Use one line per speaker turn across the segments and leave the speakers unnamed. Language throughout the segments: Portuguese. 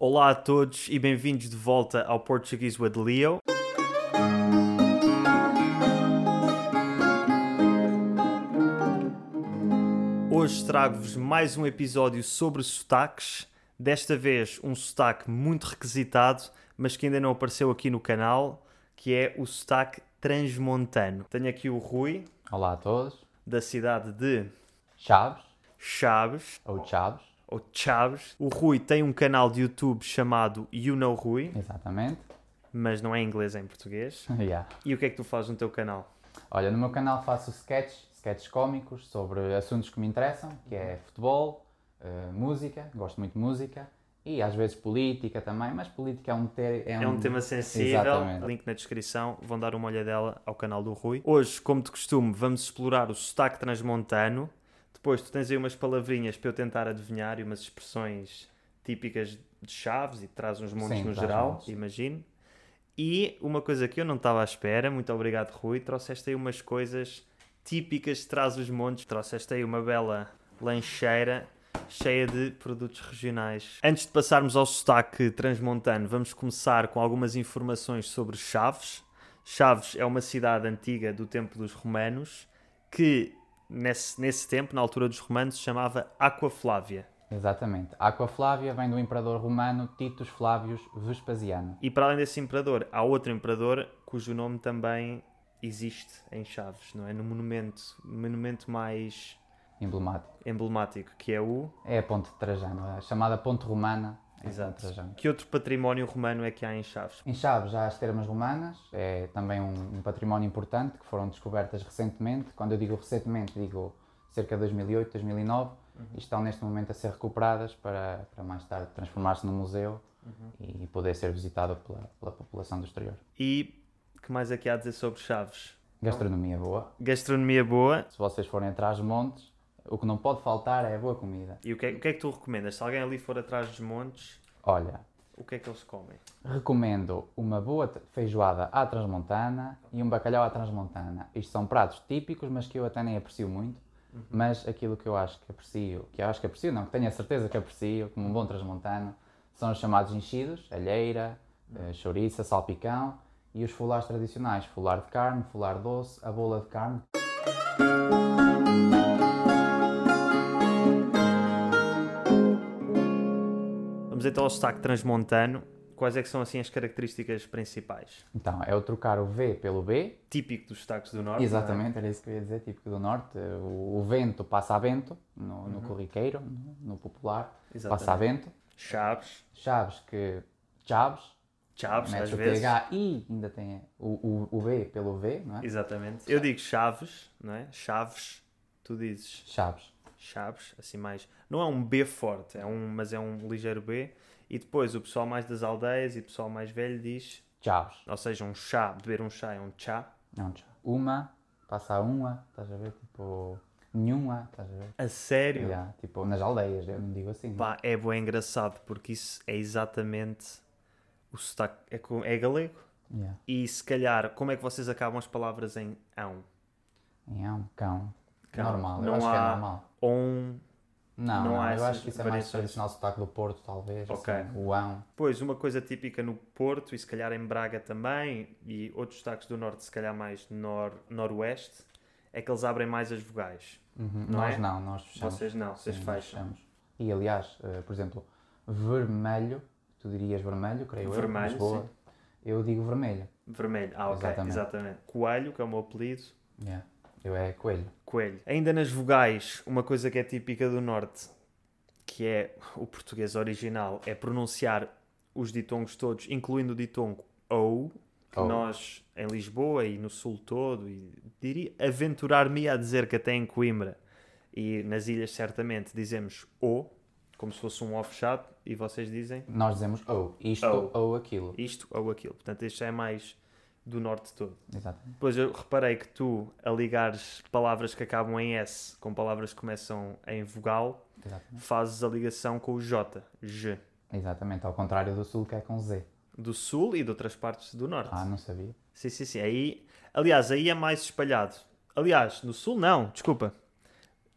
Olá a todos e bem-vindos de volta ao Português with Leo. Hoje trago-vos mais um episódio sobre sotaques. Desta vez, um sotaque muito requisitado, mas que ainda não apareceu aqui no canal, que é o sotaque transmontano. Tenho aqui o Rui,
Olá a todos.
da cidade de
Chaves,
Chaves,
ou Chaves,
ou Chaves. O Rui tem um canal de YouTube chamado You Know Rui,
exatamente.
mas não é em inglês, é em português.
Yeah.
E o que é que tu fazes no teu canal?
Olha, no meu canal faço sketches, sketches cómicos sobre assuntos que me interessam, que é futebol, eh, música, gosto muito de música, e às vezes política também, mas política é um, ter,
É um tema sensível,
Exatamente.
link na descrição, vão dar uma olhadela ao canal do Rui. Hoje, como de costume, vamos explorar o sotaque transmontano. Depois tu tens aí umas palavrinhas para eu tentar adivinhar e umas expressões típicas de Chaves e traz uns montes
Sim,
no
traz
geral,
montes.
imagino. E uma coisa que eu não estava à espera, muito obrigado Rui, trouxeste aí umas coisas típicas de traz os montes, trouxeste aí uma bela lancheira cheia de produtos regionais. Antes de passarmos ao sotaque transmontano, vamos começar com algumas informações sobre Chaves. Chaves é uma cidade antiga do tempo dos romanos que, nesse, nesse tempo, na altura dos romanos, se chamava Aqua Flávia.
Exatamente. Aqua Flávia vem do imperador romano Titus Flávios Vespasiano.
E para além desse imperador, há outro imperador cujo nome também existe em Chaves, não é? No monumento, monumento mais
Emblemático.
emblemático, que é o...
É a Ponte de Trajano, a chamada Ponte Romana. é a Ponte de Trajano.
Que outro património romano é que há em Chaves?
Em Chaves há as termas romanas, é também um, um património importante que foram descobertas recentemente. Quando eu digo recentemente, digo cerca de 2008, 2009 e estão neste momento a ser recuperadas para, para mais tarde transformar-se num museu e poder ser visitado pela, pela população do exterior.
E que mais é que há a dizer sobre Chaves?
Gastronomia boa.
Gastronomia boa.
Se vocês forem atrás dos montes, o que não pode faltar é boa comida.
E o que, é, o que é que tu recomendas? Se alguém ali for atrás dos montes,
Olha,
o que é que eles comem?
Recomendo uma boa t- feijoada à transmontana e um bacalhau à transmontana. Isto são pratos típicos, mas que eu até nem aprecio muito. Mas aquilo que eu acho que aprecio, que eu acho que aprecio, não, que tenho a certeza que aprecio, como um bom transmontano, são os chamados enchidos, alheira, eh, chouriça, salpicão e os folares tradicionais, folar de carne, folar doce, a bola de carne.
Vamos então ao sotaque transmontano. Quais é que são assim as características principais?
Então, é o trocar o V pelo B,
Típico dos sotaques do norte. não é?
Exatamente, era isso que eu ia dizer, típico do norte. O, o vento passa a vento, no, no corriqueiro, no, no popular,
Uhum. Exatamente.
passa a vento.
Chaves,
Chaves que. Chaves,
chaves às
mete o
vezes.
TH e ainda tem o, o, o B pelo V, não é?
Exatamente. Eu digo chaves, não é? Chaves, tu dizes
Chaves.
chaves, assim mais. Não é um B forte, é um, mas é um ligeiro B. E depois o pessoal mais das aldeias e o pessoal mais velho diz,
Chaves.
ou seja, um chá, beber um chá é um chá.
Não, chaves. Uma, passa a uma, estás a ver? Tipo. Nenhuma, estás a ver?
A sério?
Yeah, tipo, nas aldeias, eu não digo assim.
Pá, é bem engraçado porque isso é exatamente o sotaque. É, co- é galego.
Yeah.
E se calhar, como é que vocês acabam as palavras em ão?
É um cão.
Cão.
Normal,
Não
eu acho
há-
que é normal.
On.
Não,
Não
não,
há
eu
essas
acho que isso é mais
variações.
tradicional sotaque do Porto, talvez.
Ok.
Assim, o ão.
Pois, uma coisa típica no Porto e se calhar em Braga também, e outros sotaques do Norte, se calhar mais nor, Noroeste, é que eles abrem mais as vogais.
Uhum,
Não
nós
é?
não, nós fechamos.
Vocês não, vocês
Sim, nós
fecham.
fechamos. E aliás, eh, por exemplo, vermelho, tu dirias vermelho, creio eu,
Vermelho,
em Lisboa. Eu digo vermelho.
Vermelho. Ah, ok, exatamente.
Exatamente.
Coelho, que é o meu apelido.
Yeah. Eu é coelho.
Coelho. Ainda nas vogais, uma coisa que é típica do Norte, que é o português original, é pronunciar os ditongos todos, incluindo o ditongo ou, que
Ou.
nós em Lisboa e no Sul todo, e diria, aventurar-me a dizer que até em Coimbra e nas ilhas certamente dizemos o, como se fosse um O fechado, e vocês dizem
Nós dizemos ou isto
Ou.
ou aquilo.
isto ou aquilo. Portanto, este é mais do Norte todo.
Exatamente.
Depois eu reparei que tu, a ligares palavras que acabam em S com palavras que começam em vogal,
Exatamente.
fazes a ligação com o J, G,
Exatamente, ao contrário do sul que é com Z.
do Sul e de outras partes do Norte.
Ah, não sabia.
Sim, sim, sim. Aí, aliás, aí é mais espalhado. Aliás, no Sul não, desculpa.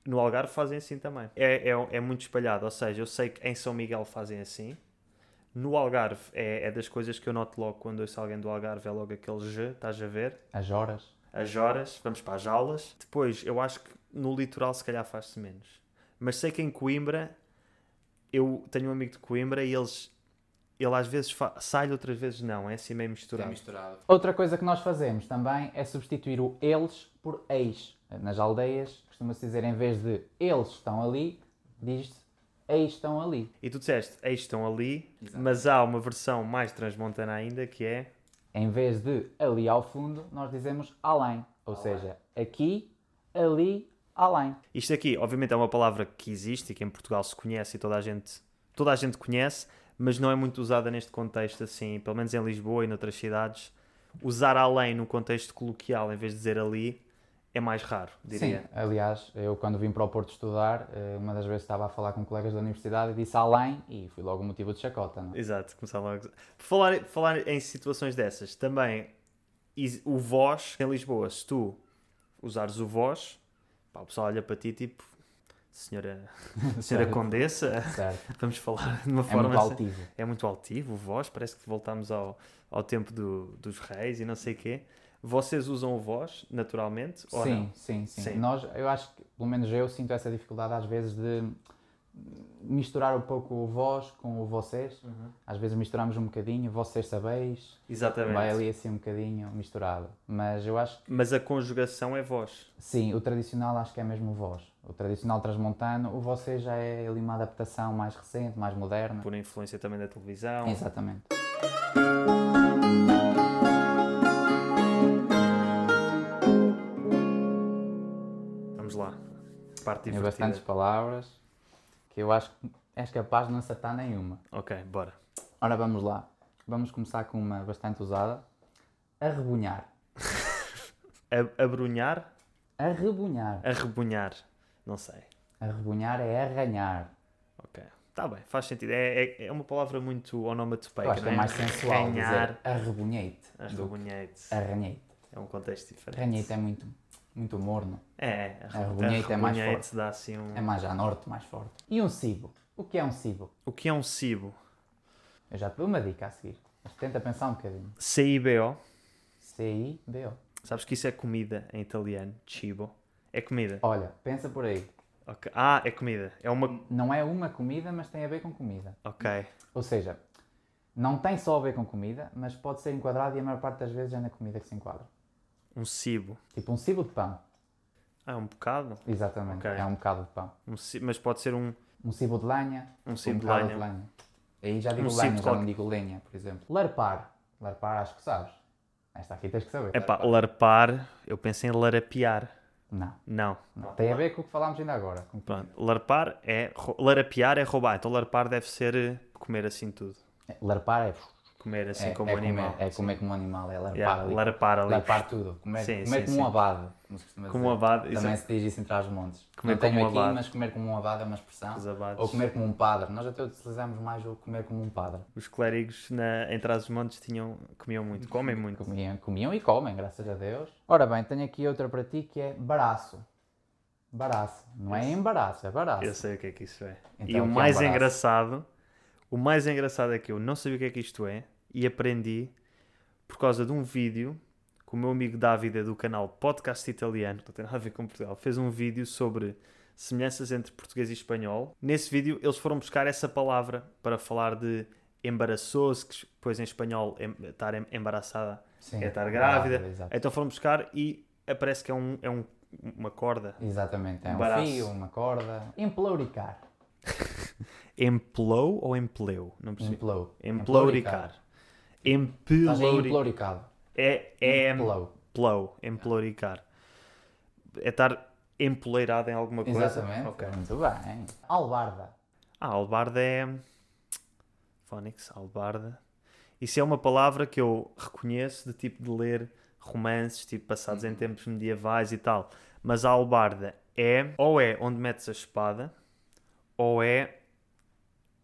No Algarve fazem assim também. É, é, é muito espalhado. Ou seja, eu sei que em São Miguel fazem assim. No Algarve é, é das coisas que eu noto logo quando ouço alguém do Algarve, é logo aquele G, estás a ver?
As horas.
As horas, vamos para as aulas. Depois, eu acho que no litoral se calhar faz-se menos. Mas sei que em Coimbra, eu tenho um amigo de Coimbra e eles, ele às vezes fa- sai, outras vezes não, é assim meio
Tudo é
misturado.
misturado.
Outra coisa que nós fazemos também é substituir o eles por eis. Nas aldeias costuma-se dizer, em vez de eles estão ali, diz-se eis estão ali.
E tu disseste, eis estão ali,
Exato.
mas há uma versão mais transmontana ainda que é
Em vez de ali ao fundo, nós dizemos além. Ou seja, aqui, ali, além.
Isto aqui, obviamente, é uma palavra que existe e que em Portugal se conhece e toda a gente, toda a gente conhece, mas não é muito usada neste contexto assim, pelo menos em Lisboa e noutras cidades. Usar além num contexto coloquial em vez de dizer ali é mais raro, diria.
Sim, aliás, eu quando vim para o Porto estudar, eh, uma das vezes estava a falar com colegas da universidade e disse além e fui logo o motivo de chacota. Não? é?
Exato, começar logo. Por falar, por falar em situações dessas, também is- o vós em Lisboa, se tu usares o vós, pá, o pessoal olha para ti tipo, senhora, senhora
Certo.
condessa,
Certo.
vamos falar de uma
É
forma
muito
assim.
altivo.
é muito altivo, o vós, parece que voltámos ao, ao tempo do- dos reis e não sei o quê. Vocês usam o vós, naturalmente, ou
sim,
não?
sim, sim,
Sim.
Nós, eu acho que, pelo menos eu, sinto essa dificuldade às vezes de misturar um pouco o vós com o vocês. Às vezes misturamos um bocadinho, vocês sabeis,
Exatamente.
vai ali assim um bocadinho misturado. Mas eu acho que,
Mas a conjugação é vós.
sim, o tradicional acho que é mesmo o vós. O tradicional transmontano, o vocês já é ali uma adaptação mais recente, mais moderna.
Por influência também da televisão.
Exatamente.
Vamos lá. Parte
Tem
divertida.
bastantes palavras que eu acho que és capaz de não acertar nenhuma.
Ok, bora.
Ora, vamos lá. Vamos começar com uma bastante usada. Arrebunhar.
A- abrunhar,
Arrebunhar.
arrebunhar. Não sei.
Arrebunhar é arranhar.
Ok. Está bem, faz sentido. É, é, é uma palavra muito onomatopeica,
Eu acho que
não
é
é?
mais sensual
Ganhar,
dizer arrebunhei-te. do
arrebunhei-te.
que Arranhei-te.
É um contexto diferente.
Arranhei-te é muito, muito morno.
É,
Arrebunhei-te é mais forte.
arrebunhei-te dá assim um...
É mais à norte, mais forte. E um cibo. O que é um cibo?
O que é um cibo?
Eu já te dou uma dica a seguir. Mas tenta pensar um bocadinho.
CIBO.
C-I-B-O.
Sabes que isso é comida em italiano? Cibo. É comida.
Olha, pensa por aí.
Ok. Ah, é comida. É uma.
Não é uma comida, mas tem a ver com comida.
Ok.
Ou seja, não tem só a ver com comida, mas pode ser enquadrado e a maior parte das vezes é na comida que se enquadra.
Um cibo.
Tipo um cibo de pão.
Ah, um bocado.
Exatamente.
Ok.
É um bocado de pão.
Um cibo, mas pode ser um.
Um cibo de lenha.
Um cibo de
bocado
lenha.
Aí já digo
Um cibo
lenha,
de
já
qualquer-
não digo lenha, por exemplo. Larpar. Larpar acho que sabes. Esta aqui tens que saber.
É pá, larpar. Eu penso em larapiar.
Não,
Não.
não. Tem a ver com o que falámos ainda agora. com-
Pronto. Larpar é. rou- Larapiar é roubar. Então larpar deve ser eh, comer assim tudo.
é, Larpar é...
Comer assim
é,
como
é
um animal.
Comer, é comer como um animal, é larpar
Yeah,
ali.
larpar ali.
Larpar tudo. Comer,
Sim,
comer
sim,
como
sim.
um abade, como se costuma
Como
dizer.
um abade,
Também
exato.
se diz isso em Trás-os-Montes.
Comer
Não tenho
como um
aqui,
abade.
mas comer como um abade é uma expressão.
Os abades.
Ou comer como um padre. Nós até utilizamos mais o comer como um padre.
é- Os clérigos na, em trás dos montes tinham, comiam muito, comem muito.
Comiam, comiam e comem, graças a Deus. Ora bem, tenho aqui outra para ti que é baraço. Baraço. Não é embaraço, é baraço.
Eu sei o que é que isso é.
Então,
e o
o que é um
mais
barato?
engraçado, o mais engraçado é que eu não sabia o que é que isto é e aprendi por causa de um vídeo que o meu amigo David é do canal Podcast Italiano, que não tem nada a ver com Portugal, fez um vídeo sobre semelhanças entre português e espanhol. Nesse vídeo eles foram buscar essa palavra para falar de embaraçoso, que depois em espanhol em- estar em- embaraçada
Sim,
é estar grávida.
exato.
Então foram buscar e aparece que é, um, é um- uma corda.
Exatamente. É um
Baraço.
fio, uma corda. Emplouricar.
Emplou ou empleu? Não percebi.
Implou.
Imploricar.
Estás aí
Imploricar.
imploricado.
É, é
Implou.
implou. Imploricar. É estar empoleirado em alguma coisa.
Exatamente.
Ok.
Muito bem. Albarda.
Ah, albarda é. Phonics, albarda. Isso é uma palavra que eu reconheço de tipo de ler romances, tipo passados
Uhum.
em tempos medievais e tal. Mas a albarda é ou é onde metes a espada, ou é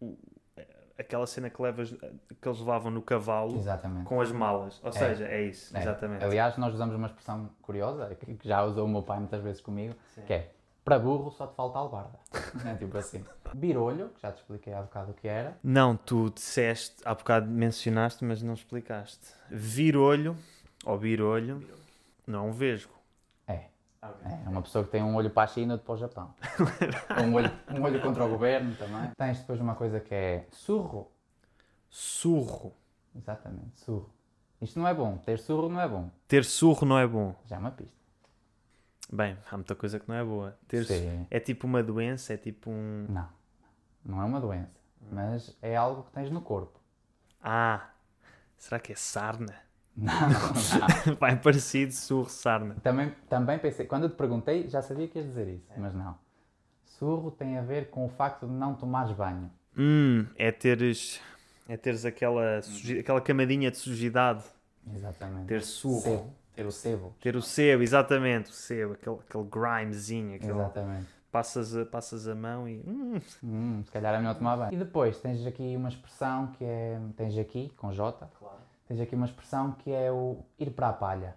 o- é aquela cena que, levas, que eles levavam no cavalo
Exatamente.
com as malas. Ou seja, é isso,
É.
exatamente.
Aliás, nós usamos uma expressão curiosa, que que já usou o meu pai muitas vezes comigo, que é para burro só te falta albarda. É tipo assim. Birolho, que já te expliquei há bocado o que era.
Não, tu disseste, há bocado mencionaste, mas não explicaste. Virolho, ou birolho, não é um vesgo.
É. É uma pessoa que tem um olho para a China e outro para o Japão. um, olho, um olho contra o governo também. Tens depois uma coisa que é surro.
Surro.
Exatamente, surro. Isto não é bom. Ter surro não é bom.
Ter surro não é bom.
Já é uma pista.
Bem, há muita coisa que não é boa. Ter su-
Sim.
É tipo uma doença, é tipo um.
Não. Não é uma doença.
Hum.
Mas é algo que tens no corpo.
Ah, será que é sarna?
Não, não.
Vai parecido surro, sarna.
Também, também pensei, quando eu te perguntei, já sabia que ias dizer isso, mas não. Surro tem a ver com o facto de não tomares banho.
Hum, é teres. É teres aquela, suji- aquela camadinha de sujidade.
Exatamente.
Ter surro.
Sebo. Ter o sebo.
Ter o sebo, exatamente, o sebo, aquele, aquele grimezinho, aquele,
Exatamente.
passas, a, passas a mão e. hum,
Hum, se calhar é melhor tomar banho. E depois tens aqui uma expressão que é. Tens aqui, com J. Tens aqui uma expressão que é o ir para a palha.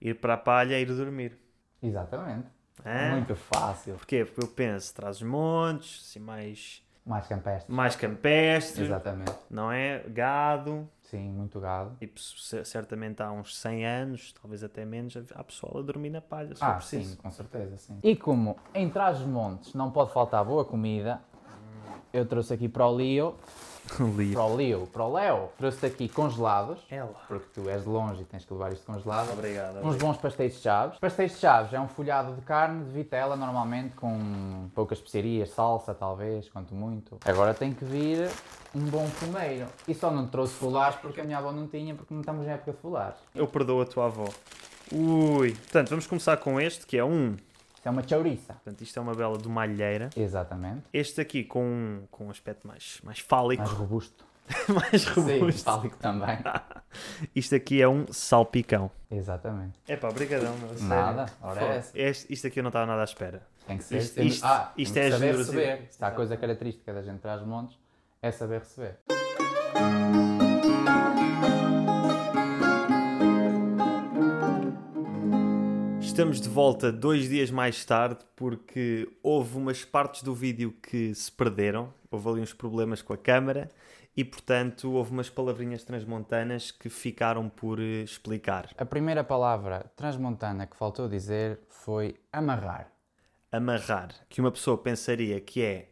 ir para a palha, ir dormir.
Exatamente.
Hã?
Muito fácil.
Porquê? Porque eu penso, traz os montes, assim, mais,
Mais campestre.
mais campestre,
Exatamente.
não é? Gado.
Sim, muito gado.
E ce- certamente há uns 100 anos, talvez até menos, há pessoal a dormir na palha, se for
Ah,
preciso.
sim, com certeza, sim. E como em trás os montes não pode faltar boa comida, eu trouxe aqui para o Leo,
Livre.
para o Leo, para o Leo, trouxe-te aqui congelados,
Ela.
porque tu és de longe e tens que levar isto congelado.
Obrigado.
Uns bons pastéis de chaves. Pastéis de chaves é um folhado de carne, de vitela, normalmente com poucas especiarias, salsa talvez, quanto muito. Agora tem que vir um bom fumeiro. E só não trouxe folares porque a minha avó não tinha, porque não estamos na época de folares.
Eu perdoo a tua avó. Ui. Portanto, vamos começar com este, que é um.
Isto é uma chouriça.
Portanto, isto é uma bela de uma alheira.
Exatamente.
Este aqui com um, com um aspecto mais, mais fálico,
Mais robusto.
mais
Sim,
robusto.
fálico também.
isto aqui é um salpicão.
Exatamente.
É pá, brigadão, meu, sério.
Nada, ora
Pô,
é essa.
este- isto aqui eu não estava nada à espera.
Tem que ser.
Isto-
temos-
isto- isto
temos
é
que saber
generosidade.
receber. Está a coisa característica da gente traz montes, é saber receber.
Estamos de volta dois dias mais tarde porque houve umas partes do vídeo que se perderam, houve ali uns problemas com a câmara e, portanto, houve umas palavrinhas transmontanas que ficaram por eh, explicar.
A primeira palavra transmontana que faltou dizer foi amarrar.
Amarrar, que uma pessoa pensaria que é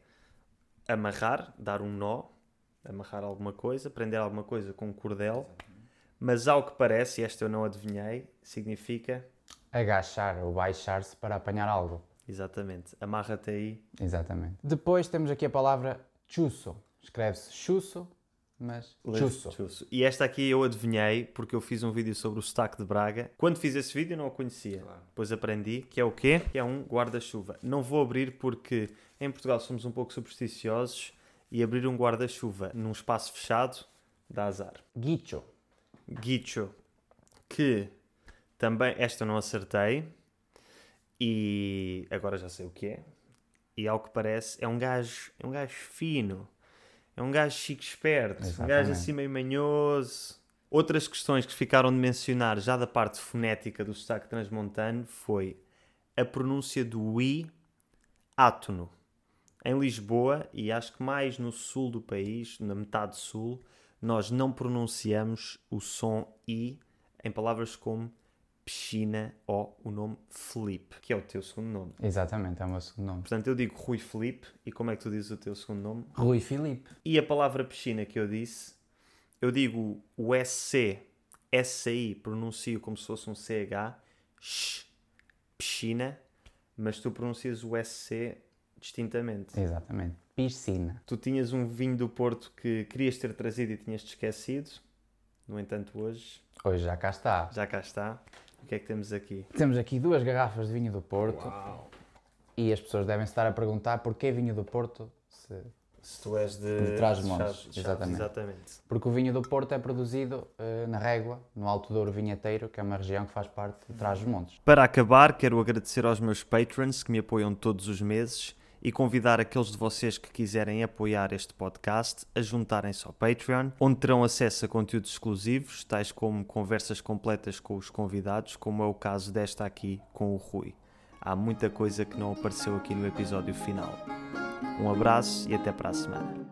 amarrar, dar um nó, amarrar alguma coisa, prender alguma coisa com um cordel, mas ao que parece, e esta eu não adivinhei, significa
Agachar ou baixar-se para apanhar algo.
exatamente amarra-te aí.
Exatamente. Depois temos aqui a palavra chusso. Escreve-se chusso, mas chusso.
Chusso. E esta aqui eu adivinhei porque eu fiz um vídeo sobre o sotaque de Braga. Quando fiz esse vídeo não a conhecia. Depois aprendi que é o quê? Que é um guarda-chuva. Não vou abrir porque em Portugal somos um pouco supersticiosos e abrir um guarda-chuva num espaço fechado dá azar.
Guicho.
Guicho, que também esta eu não acertei e agora já sei o que é. E ao que parece é um gajo, é um gajo fino, é um gajo chique esperto, um gajo
Exatamente.
assim meio manhoso. Outras questões que ficaram de mencionar já da parte fonética do sotaque transmontano foi a pronúncia do i átono. Em Lisboa, e acho que mais no sul do país, na metade sul, nós não pronunciamos o som I em palavras como piscina ou o nome Felipe, que é o teu segundo nome.
Exatamente, é o meu segundo nome.
Portanto, eu digo Rui Felipe, e como é que tu dizes o teu segundo nome?
Rui Filipe.
E a palavra piscina que eu disse, eu digo o SC, SI, pronuncio como se fosse um CH, sh, piscina, mas tu pronuncias o SC distintamente.
Exatamente. Piscina.
Tu tinhas um vinho do Porto que querias ter trazido e tinhas-te esquecido, no entanto hoje
Hoje já cá está.
já cá está. O que é que temos aqui?
Temos aqui duas garrafas de vinho do Porto. E as pessoas devem estar a perguntar porquê vinho do Porto. se-
Se tu és
De Trás-os-Montes,
Chaves- Chaves,
exatamente.
exatamente.
Porque o vinho do Porto é produzido eh, na Régua, no Alto Douro Vinheteiro, que é uma região que faz parte de Trás-os-Montes.
Para acabar, quero agradecer aos meus patrons que me apoiam todos os meses e convidar aqueles de vocês que quiserem apoiar este podcast a juntarem-se ao Patreon, onde terão acesso a conteúdos exclusivos, tais como conversas completas com os convidados, como é o caso desta aqui com o Rui. Há muita coisa que não apareceu aqui no episódio final. Um abraço e até para a semana.